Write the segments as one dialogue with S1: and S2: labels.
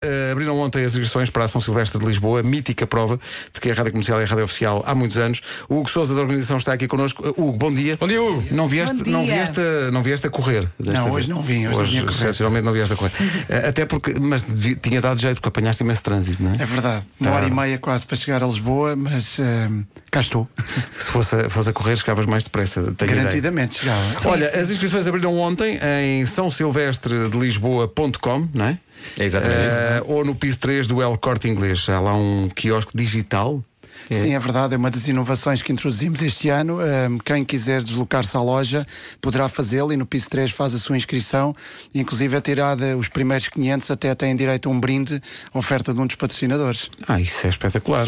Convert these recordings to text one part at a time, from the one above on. S1: Eh, ontem as inscrições para a São Silvestre de Lisboa, mítica prova de que a Rádio Comercial é a Rádio Oficial há muitos anos. O Hugo Souza da organização está aqui connosco. Uh, Hugo, bom dia.
S2: Bom dia, Hugo.
S1: Não vieste,
S3: Bom dia.
S1: Não vieste, a- não vieste a correr. desta
S4: Não, hoje
S1: vez.
S4: não vim, hoje não vim a correr.
S1: Excepcionalmente não vieste a correr. Eh, Até porque, mas devia- tinha dado jeito, porque apanhaste imenso trânsito, não é?
S4: É verdade. Uma hora e meia quase para chegar a Lisboa, mas hum, cá estou.
S1: Se fosse, a- fosse a correr, chegavas mais depressa. tenho ideia.
S4: Garantidamente chegava.
S1: Olha, as inscrições abriram ontem em são silvestre de Lisboa.com, não é?
S2: É exatamente isso.
S1: Eh, Ou no piso 3 do El Corte Inglês. Há lá um quiosque digital.
S4: Sim, é verdade, é uma das inovações que introduzimos este ano. Hum, quem quiser deslocar-se à loja poderá fazê-lo e no PIS 3 faz a sua inscrição. Inclusive, é tirada os primeiros 500 até têm direito a um brinde, oferta de um dos patrocinadores.
S1: Ah, isso é espetacular.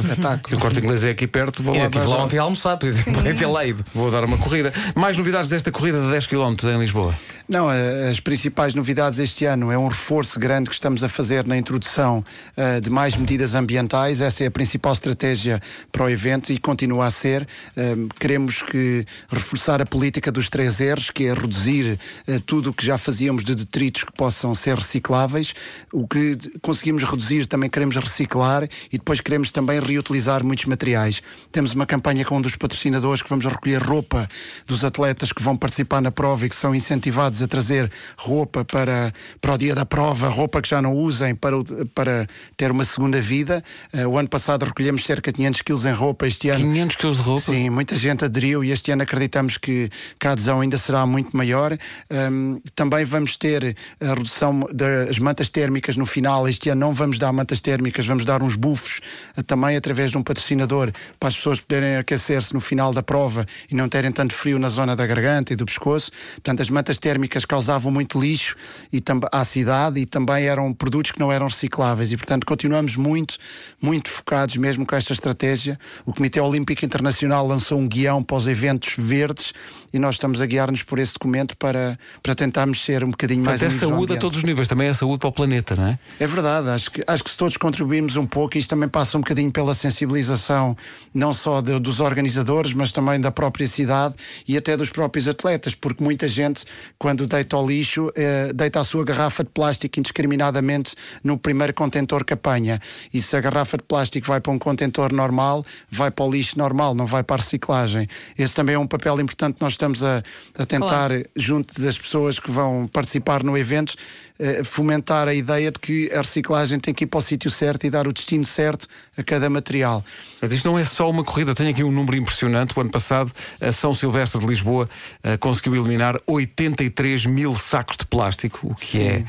S1: E
S4: Espetáculo.
S1: O Corte Inglês é aqui perto, vou lá,
S2: Eu estive
S1: dar-
S2: lá tipo, ontem a almoçar, podia podia ter leido.
S1: vou dar uma corrida. Mais novidades desta corrida de 10 km em Lisboa.
S4: Não, a- as principais novidades este ano é um reforço grande que estamos a fazer na introdução ah, de mais medidas ambientais. Essa é a principal estratégia para o evento e continua a ser. Ahm, queremos que reforçar a política dos três R's, que é reduzir ah, tudo o que já fazíamos de detritos que possam ser recicláveis. O que de- conseguimos reduzir também queremos reciclar e depois queremos também reutilizar muitos materiais. Temos uma campanha com um dos patrocinadores que vamos recolher roupa dos atletas que vão participar na prova e que são incentivados a trazer roupa para, para o dia da prova, roupa que já não usem para, o- para ter uma segunda vida. Eh, o ano passado recolhemos cerca de 500 quilos em roupa, este ano
S1: 500 kg de roupa?
S4: Sim, muita gente aderiu e este ano acreditamos que, que a adesão ainda será muito maior. Hum, também vamos ter a redução das mantas térmicas no final. Este ano não vamos dar mantas térmicas, vamos dar uns bufos eh, também através de um patrocinador para as pessoas poderem aquecer-se no final da prova e não terem tanto frio na zona da garganta e do pescoço. Portanto, as mantas térmicas causavam muito lixo e tam- à cidade e também eram produtos que não eram recicláveis. E, portanto, continuamos muito, muito focados mesmo com esta estratégia. O Comitê Olímpico Internacional lançou um guião para os eventos verdes e nós estamos a guiar-nos por esse documento para, para tentarmos ser um bocadinho mais
S1: Portanto, é
S4: amigos ao
S1: saúde a
S4: ambiente.
S1: todos os níveis, também é saúde para o planeta, não é?
S4: É verdade, acho que, acho que se todos contribuirmos um pouco, isto também passa um bocadinho pela sensibilização, não só de- dos organizadores, mas também da própria cidade e até dos próprios atletas, porque muita gente, quando deita ao lixo, eh, deita a sua garrafa de plástico indiscriminadamente no primeiro contentor que apanha. E se a garrafa de plástico vai para um contentor normal, vai para o lixo normal, não vai para a reciclagem. Esse também é um papel importante que nós estamos a, a tentar
S3: Claro.
S4: fomentar, junto das pessoas que vão participar no evento, eh, fomentar a ideia de que a reciclagem tem que ir para o sítio certo e dar o destino certo a cada material.
S1: Portanto, Isto não é só uma corrida, tenho aqui um número impressionante. O ano passado, a São Silvestre de Lisboa eh, conseguiu eliminar 83 mil sacos de plástico, o que, é,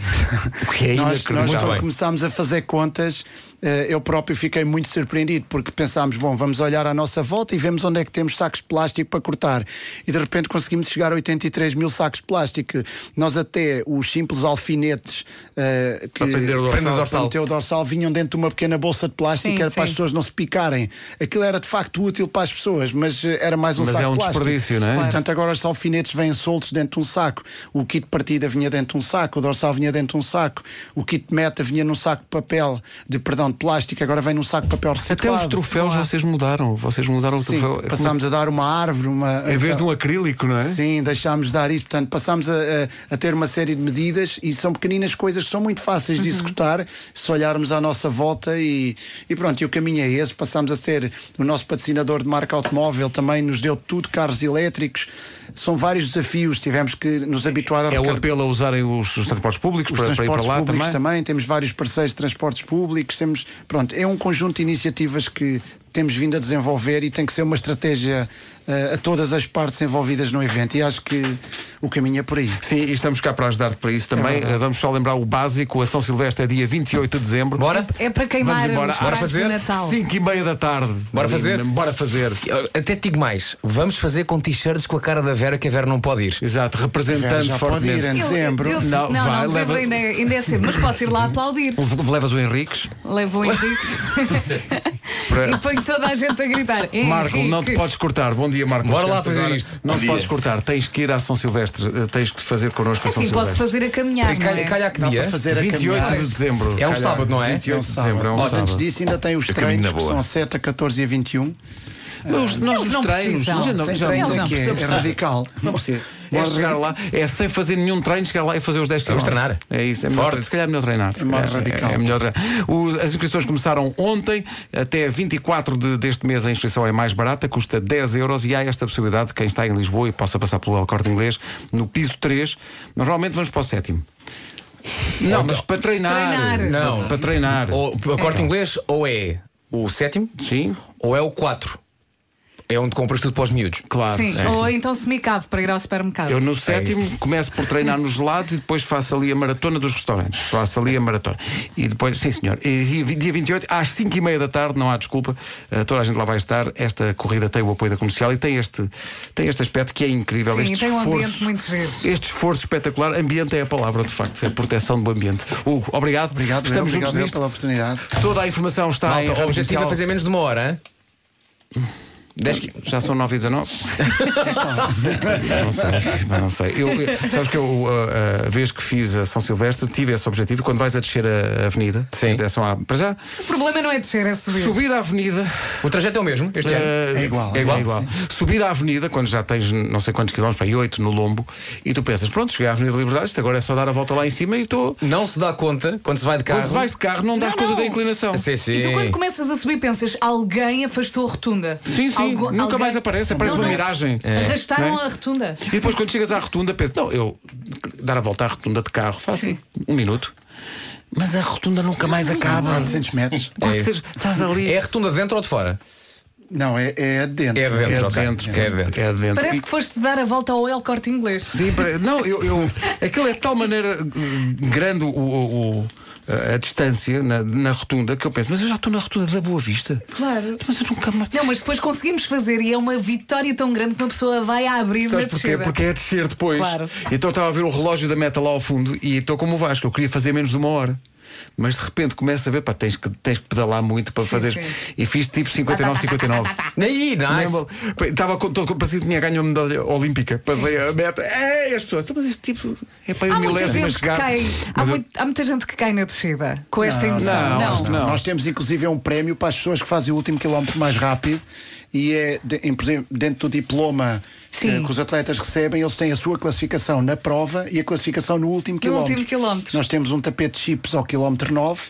S1: o que é
S4: nós, nós
S1: inacreditável.
S4: quando
S2: bem.
S4: começámos a fazer contas, eh, eu próprio fiquei muito surpreendido porque pensámos, bom, vamos olhar à nossa volta e vemos onde é que temos sacos de plástico para cortar. E de repente conseguimos chegar a 83 mil sacos de plástico. Nós até os simples alfinetes eh, que
S1: Para prender o dorsal.
S4: para meter o dorsal vinham dentro de uma pequena bolsa de plástico,
S3: Sim,
S4: era para as
S3: sim.
S4: pessoas não se picarem. Aquilo era de facto útil para as pessoas, mas eh, era mais um
S1: Mas
S4: saco
S1: é um
S4: de plástico.
S1: desperdício, não é?
S4: Portanto, Portanto, agora os alfinetes vêm soltos dentro de um saco. O kit de partida vinha dentro de um saco, o dorsal vinha dentro de um saco, o kit de meta vinha num saco de papel, de perdão, de plástico, agora vem num saco de papel
S1: Até
S4: reciclado.
S1: os troféus vocês mudaram. Vocês mudaram o
S4: Sim, então.
S1: troféu.
S4: passámos a dar uma árvore, uma.
S1: Em vez de um acrílico, não é?
S4: Sim, deixámos de dar isso. Portanto, passámos a, a- a ter uma série de medidas e são pequeninas coisas que são muito fáceis
S1: Uhum.
S4: de executar se olharmos à nossa volta e, e pronto, e o caminho é esse. Passámos a ser o nosso patrocinador de marca automóvel, também nos deu tudo, carros elétricos. São vários desafios, tivemos que nos habituar a
S1: É o
S4: recar-
S1: apelo a usarem os, os transportes públicos
S4: os
S1: para, para ir para
S4: transportes
S1: lá
S4: públicos
S1: também.
S4: também. temos vários parceiros de transportes públicos, temos, pronto, é um conjunto de iniciativas que temos vindo a desenvolver e tem que ser uma estratégia eh, a todas as partes envolvidas no evento e acho que o caminho é por aí.
S1: Sim, e estamos cá para ajudar-te para isso também. Eh, Vamos só lembrar o básico: a São Silvestre é dia 28 de dezembro.
S2: Bora?
S3: É para
S1: Vamos
S3: queimar
S1: embora.
S3: os
S1: Bora
S3: pratos de
S2: fazer?
S3: Natal.
S1: 5 e meia da tarde.
S2: Bora fazer?
S1: Bora fazer.
S2: Eu Até te digo mais, vamos fazer com t-shirts com a cara da Vera que a Vera não pode ir.
S1: Exato, representante
S4: Já pode
S1: fortemente.
S4: ir, é?
S3: Eu-
S4: dezembro.
S3: eu-
S1: Não,
S3: não, não,
S1: vai,
S3: dezembro
S1: leva-
S3: ainda, é- ainda é cedo, mas posso ir lá aplaudir.
S1: Levas o Henriques?
S3: Levo o Henrique e ponho toda a gente a gritar.
S1: Marco, não te
S3: Henrique. É
S1: podes cortar. Bom dia, Marco.
S2: Bora lá
S1: Chegaste
S2: fazer
S1: agora.
S2: isto.
S1: Não
S5: Bom
S1: te
S5: dia.
S1: podes cortar. Tens que ir à São Silvestre. Eh, Tens que fazer connosco a São
S3: Assim, posso
S1: Silvestre.
S3: fazer a caminhar. não
S2: Calha,
S3: é?
S2: calha a que
S4: Dá
S2: dia?
S4: para fazer a
S1: 28 de
S4: caminhada.
S1: dezembro.
S2: É um
S1: Calhar,
S2: sábado, não é?
S1: 28 de dezembro. É um
S4: Ó, antes
S1: sábado. É
S4: disso ainda tem os
S5: Eu caminho
S4: treinos
S5: na
S4: que
S5: boa.
S4: são 7 a 14 e a 21
S1: Mas nós
S3: Eles
S1: os
S3: não
S1: treinos.
S3: precisam.
S1: já não-
S4: Sem
S1: já
S4: treinos
S1: não-
S4: é que é, é radical Não precisa
S1: é chegar lá, é sem fazer nenhum treino, chegar lá e fazer os 10 km.
S2: treinar.
S1: É isso, é melhor.
S2: Forte.
S1: tre- Se calhar é melhor treinar. se
S4: mais
S1: calhar
S4: radical.
S1: É, é melhor treinar. Os- as inscrições começaram ontem, até 24 de- deste mês a inscrição é mais barata, custa 10 euros e há esta possibilidade de quem está em Lisboa e possa passar pelo El Corte Inglês no piso 3, mas normalmente vamos para o sétimo. Não, mas para treinar.
S3: Treinar.
S2: então, Não.
S1: Para treinar.
S2: Ou, a corte inglês ou é o sétimo
S1: Sim,
S2: ou é o quatro. É onde compras tudo para os miúdos.
S1: claro.
S3: Sim,
S1: É.
S3: ou então semicavo para ir ao supermercado.
S1: Eu
S2: É
S1: no sétimo começo por treinar no gelado e depois faço ali a maratona dos restaurantes. Faço ali a maratona. E depois, sim senhor, e dia dia 28, às 5 e meia da tarde, não há desculpa, eh, toda a gente lá vai estar. Esta corrida tem o apoio da comercial e tem este, tem este aspecto que é incrível.
S3: Sim,
S1: este
S3: tem um
S1: esforço,
S3: ambiente muito giro.
S1: Este esforço espetacular, ambiente é a palavra, de facto, é a proteção do ambiente. Hugo, obrigado.
S4: Obrigado, Daniel,
S1: Estamos juntos
S4: obrigado Daniel,
S1: nisto.
S4: pela oportunidade.
S1: Toda a informação está em
S2: Malta, o
S1: Rádio
S2: objetivo é
S1: Comercial.
S2: fazer menos de uma hora. hein? 10 qui-
S1: Já são 9 e 19 Não sei, mas não sei. Eu, eu- sabes que eu, uh, a, a vez que fiz a São Silvestre, tive esse objetivo. Quando vais a descer a, a avenida,
S2: Sim.
S1: em direção à- para já,
S3: O problema não é descer, é subir.
S1: subir a avenida.
S2: O trajeto é o mesmo este ano.
S1: eh,
S4: É igual,
S1: é igual.
S4: sim,
S1: Subir a avenida, quando já tens não sei quantos quilómetros, para aí 8 no lombo, e tu pensas, pronto, cheguei à Avenida da Liberdade, isto agora é só dar a volta lá em cima e estou.
S2: Não se dá conta quando se vai então. de carro.
S1: Quando vais de carro, não dás
S3: Não,
S1: conta
S3: não.
S1: da inclinação.
S2: Sim, sim.
S3: E tu Então, quando começas a subir pensas, alguém afastou a rotunda.
S1: Sim, sim,
S3: Algu-
S1: nunca
S3: alguém-
S1: mais aparece, aparece
S3: Não,
S1: uma
S3: não.
S1: miragem.
S3: Arrastaram
S1: Não é?
S3: a rotunda.
S1: E depois quando chegas à rotunda, pensas, não, eu dar a volta à rotunda de carro, faço
S3: Sim.
S1: um minuto. Mas a rotunda nunca mais acaba.
S4: 400 metros.
S1: Quatrocentos- Estás ali.
S2: É a rotunda de dentro ou de fora?
S4: Não, é, é de dentro.
S2: É de dentro, ok.
S1: É
S2: É de dentro.
S1: É de dentro.
S3: Parece
S1: E-
S3: que foste dar a volta ao El Corte Inglês.
S1: Sim, pare- não, eu, eu. Aquilo é de tal maneira hum, grande o, o- o- a a distância na, na rotunda que eu penso, mas eu já estou na rotunda da Boa Vista.
S3: Claro.
S1: Mas eu nunca mais.
S3: Não, mas depois conseguimos fazer e é uma vitória tão grande que uma pessoa vai a abrir
S1: Sabes
S3: na
S1: porquê?
S3: descida.
S1: Porque é a descer depois.
S3: né? Claro.
S1: Então eu estava a ver o relógio da meta lá ao fundo e estou como o Vasco, eu queria fazer menos de uma hora. Mas de repente começa a ver, pá, tens que, tens que pedalar muito para fazer.
S3: sim.
S1: E fiz tipo 59, 59.
S2: Aí, nice.
S1: Lembro- pá, Estava com todo, parecia que tinha ganho uma medalha olímpica. Passei a meta. É, as pessoas. "Então, Mas este tipo é para
S3: Há
S1: o
S3: muita
S1: milésimo a
S3: gente que
S1: chegar.
S3: cai. Há,
S1: Mas eu-
S3: muito- há muita gente que cai na descida com esta emoção.
S1: não, acho que não.
S4: Nós temos inclusive um prémio para as pessoas que fazem o último quilómetro mais rápido e é de- em- por exemplo, dentro do diploma
S3: Sim.
S4: eh, que os atletas recebem, eles têm a sua classificação na prova e a classificação no último quilómetro.
S3: último quilómetro.
S4: Nós temos um tapete de chips ao quilómetro 9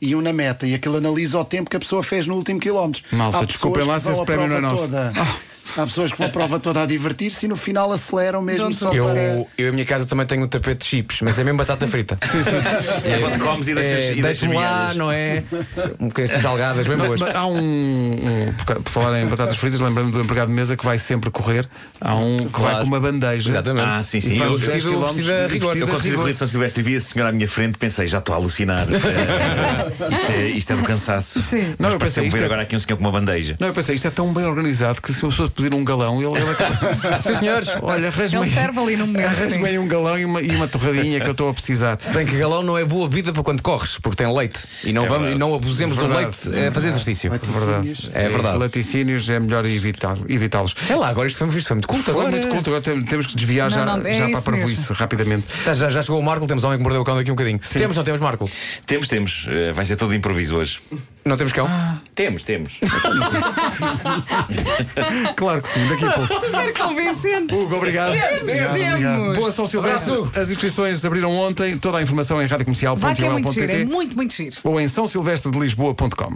S4: e um na meta e aquilo analisa o tempo que a pessoa fez no último quilómetro.
S1: Malta,
S4: Há
S1: desculpem
S4: pessoas
S1: lá
S4: que
S1: se esse
S4: vão a
S1: prémio não é
S4: prova
S1: nosso.
S4: toda- Há pessoas que vão a prova toda a divertir-se e no final aceleram mesmo
S3: Não
S4: só
S2: Eu,
S4: para.
S2: eu em minha casa também tenho um tapete de chips, mas é mesmo batata frita.
S5: É quando comes e deixas,
S2: É,
S5: e deixas
S2: deixa-me lá,
S5: migalhas.
S2: não é? Um bocadinho assim salgadas, bem boas.
S1: Mas Há um, um- por ca- por falar em batatas fritas, lembrei-me do empregado de mesa que vai sempre correr. Há um que vai
S2: Claro.
S1: com uma bandeja.
S2: Exatamente.
S5: Ah, sim, sim.
S1: E faz
S5: Eu,
S1: os
S5: eu,
S1: dez
S2: vestido-
S1: quilómetros
S2: vestido a rigor.
S1: vestido
S5: eu
S1: a
S5: quando fiz a
S1: rigor.
S5: corrida de São Silvestre e vi a senhora à minha frente, pensei, já estou a alucinar. Eh, isto, é, isto é do cansaço.
S3: Sim.
S1: Não,
S5: Não,
S1: eu pensei,
S5: eu pensei,
S1: isto
S5: ver
S1: é-
S5: agora aqui um senhor com uma bandeja.
S1: Não, eu pensei, isto é tão bem organizado que se uma pessoa pedir um galão, ele, ele acaba.
S2: Sim, senhores.
S1: Olha, arranja-me
S3: Ele
S1: aí-
S3: serve ali no momento,
S1: Arranja-me
S3: sim.
S1: aí um galão e uma, e uma torradinha que eu estou a precisar.
S2: Se bem que galão não é boa vida para quando corres, porque tem leite. E não, vamos, e não abusemos
S1: É Verdade.
S2: do um leite a fazer exercício.
S1: Verdade.
S2: É verdade.
S1: Laticínios é melhor evitar- evitá-los.
S2: É lá, agora isto foi, isto foi muito culto.
S1: Foi
S2: agora.
S1: muito culto, agora tem- temos que desviar
S3: Não,
S1: já,
S3: não, é
S1: já para a
S3: isso
S1: parvoíce
S3: mesmo.
S1: rapidamente.
S2: Tá, Já, já chegou o Marco, temos homem que mordeu o cão daqui um bocadinho. Temos, não temos, Marco?
S5: Temos, temos. Eh, vai ser todo de improviso hoje.
S2: Não temos cão?
S5: Temos, temos.
S1: Claro que sim, daqui a pouco.
S3: Super convincente.
S1: Hugo, obrigado.
S3: Temos.
S1: Boa São Silvestre.
S2: Abraço, Hugo.
S1: As inscrições abriram ontem. Toda a informação em
S3: Vai que é muito giro, é
S1: radiocomercial.pt
S3: muito, muito giro.
S1: ou em sãosilvestredelisboa.com.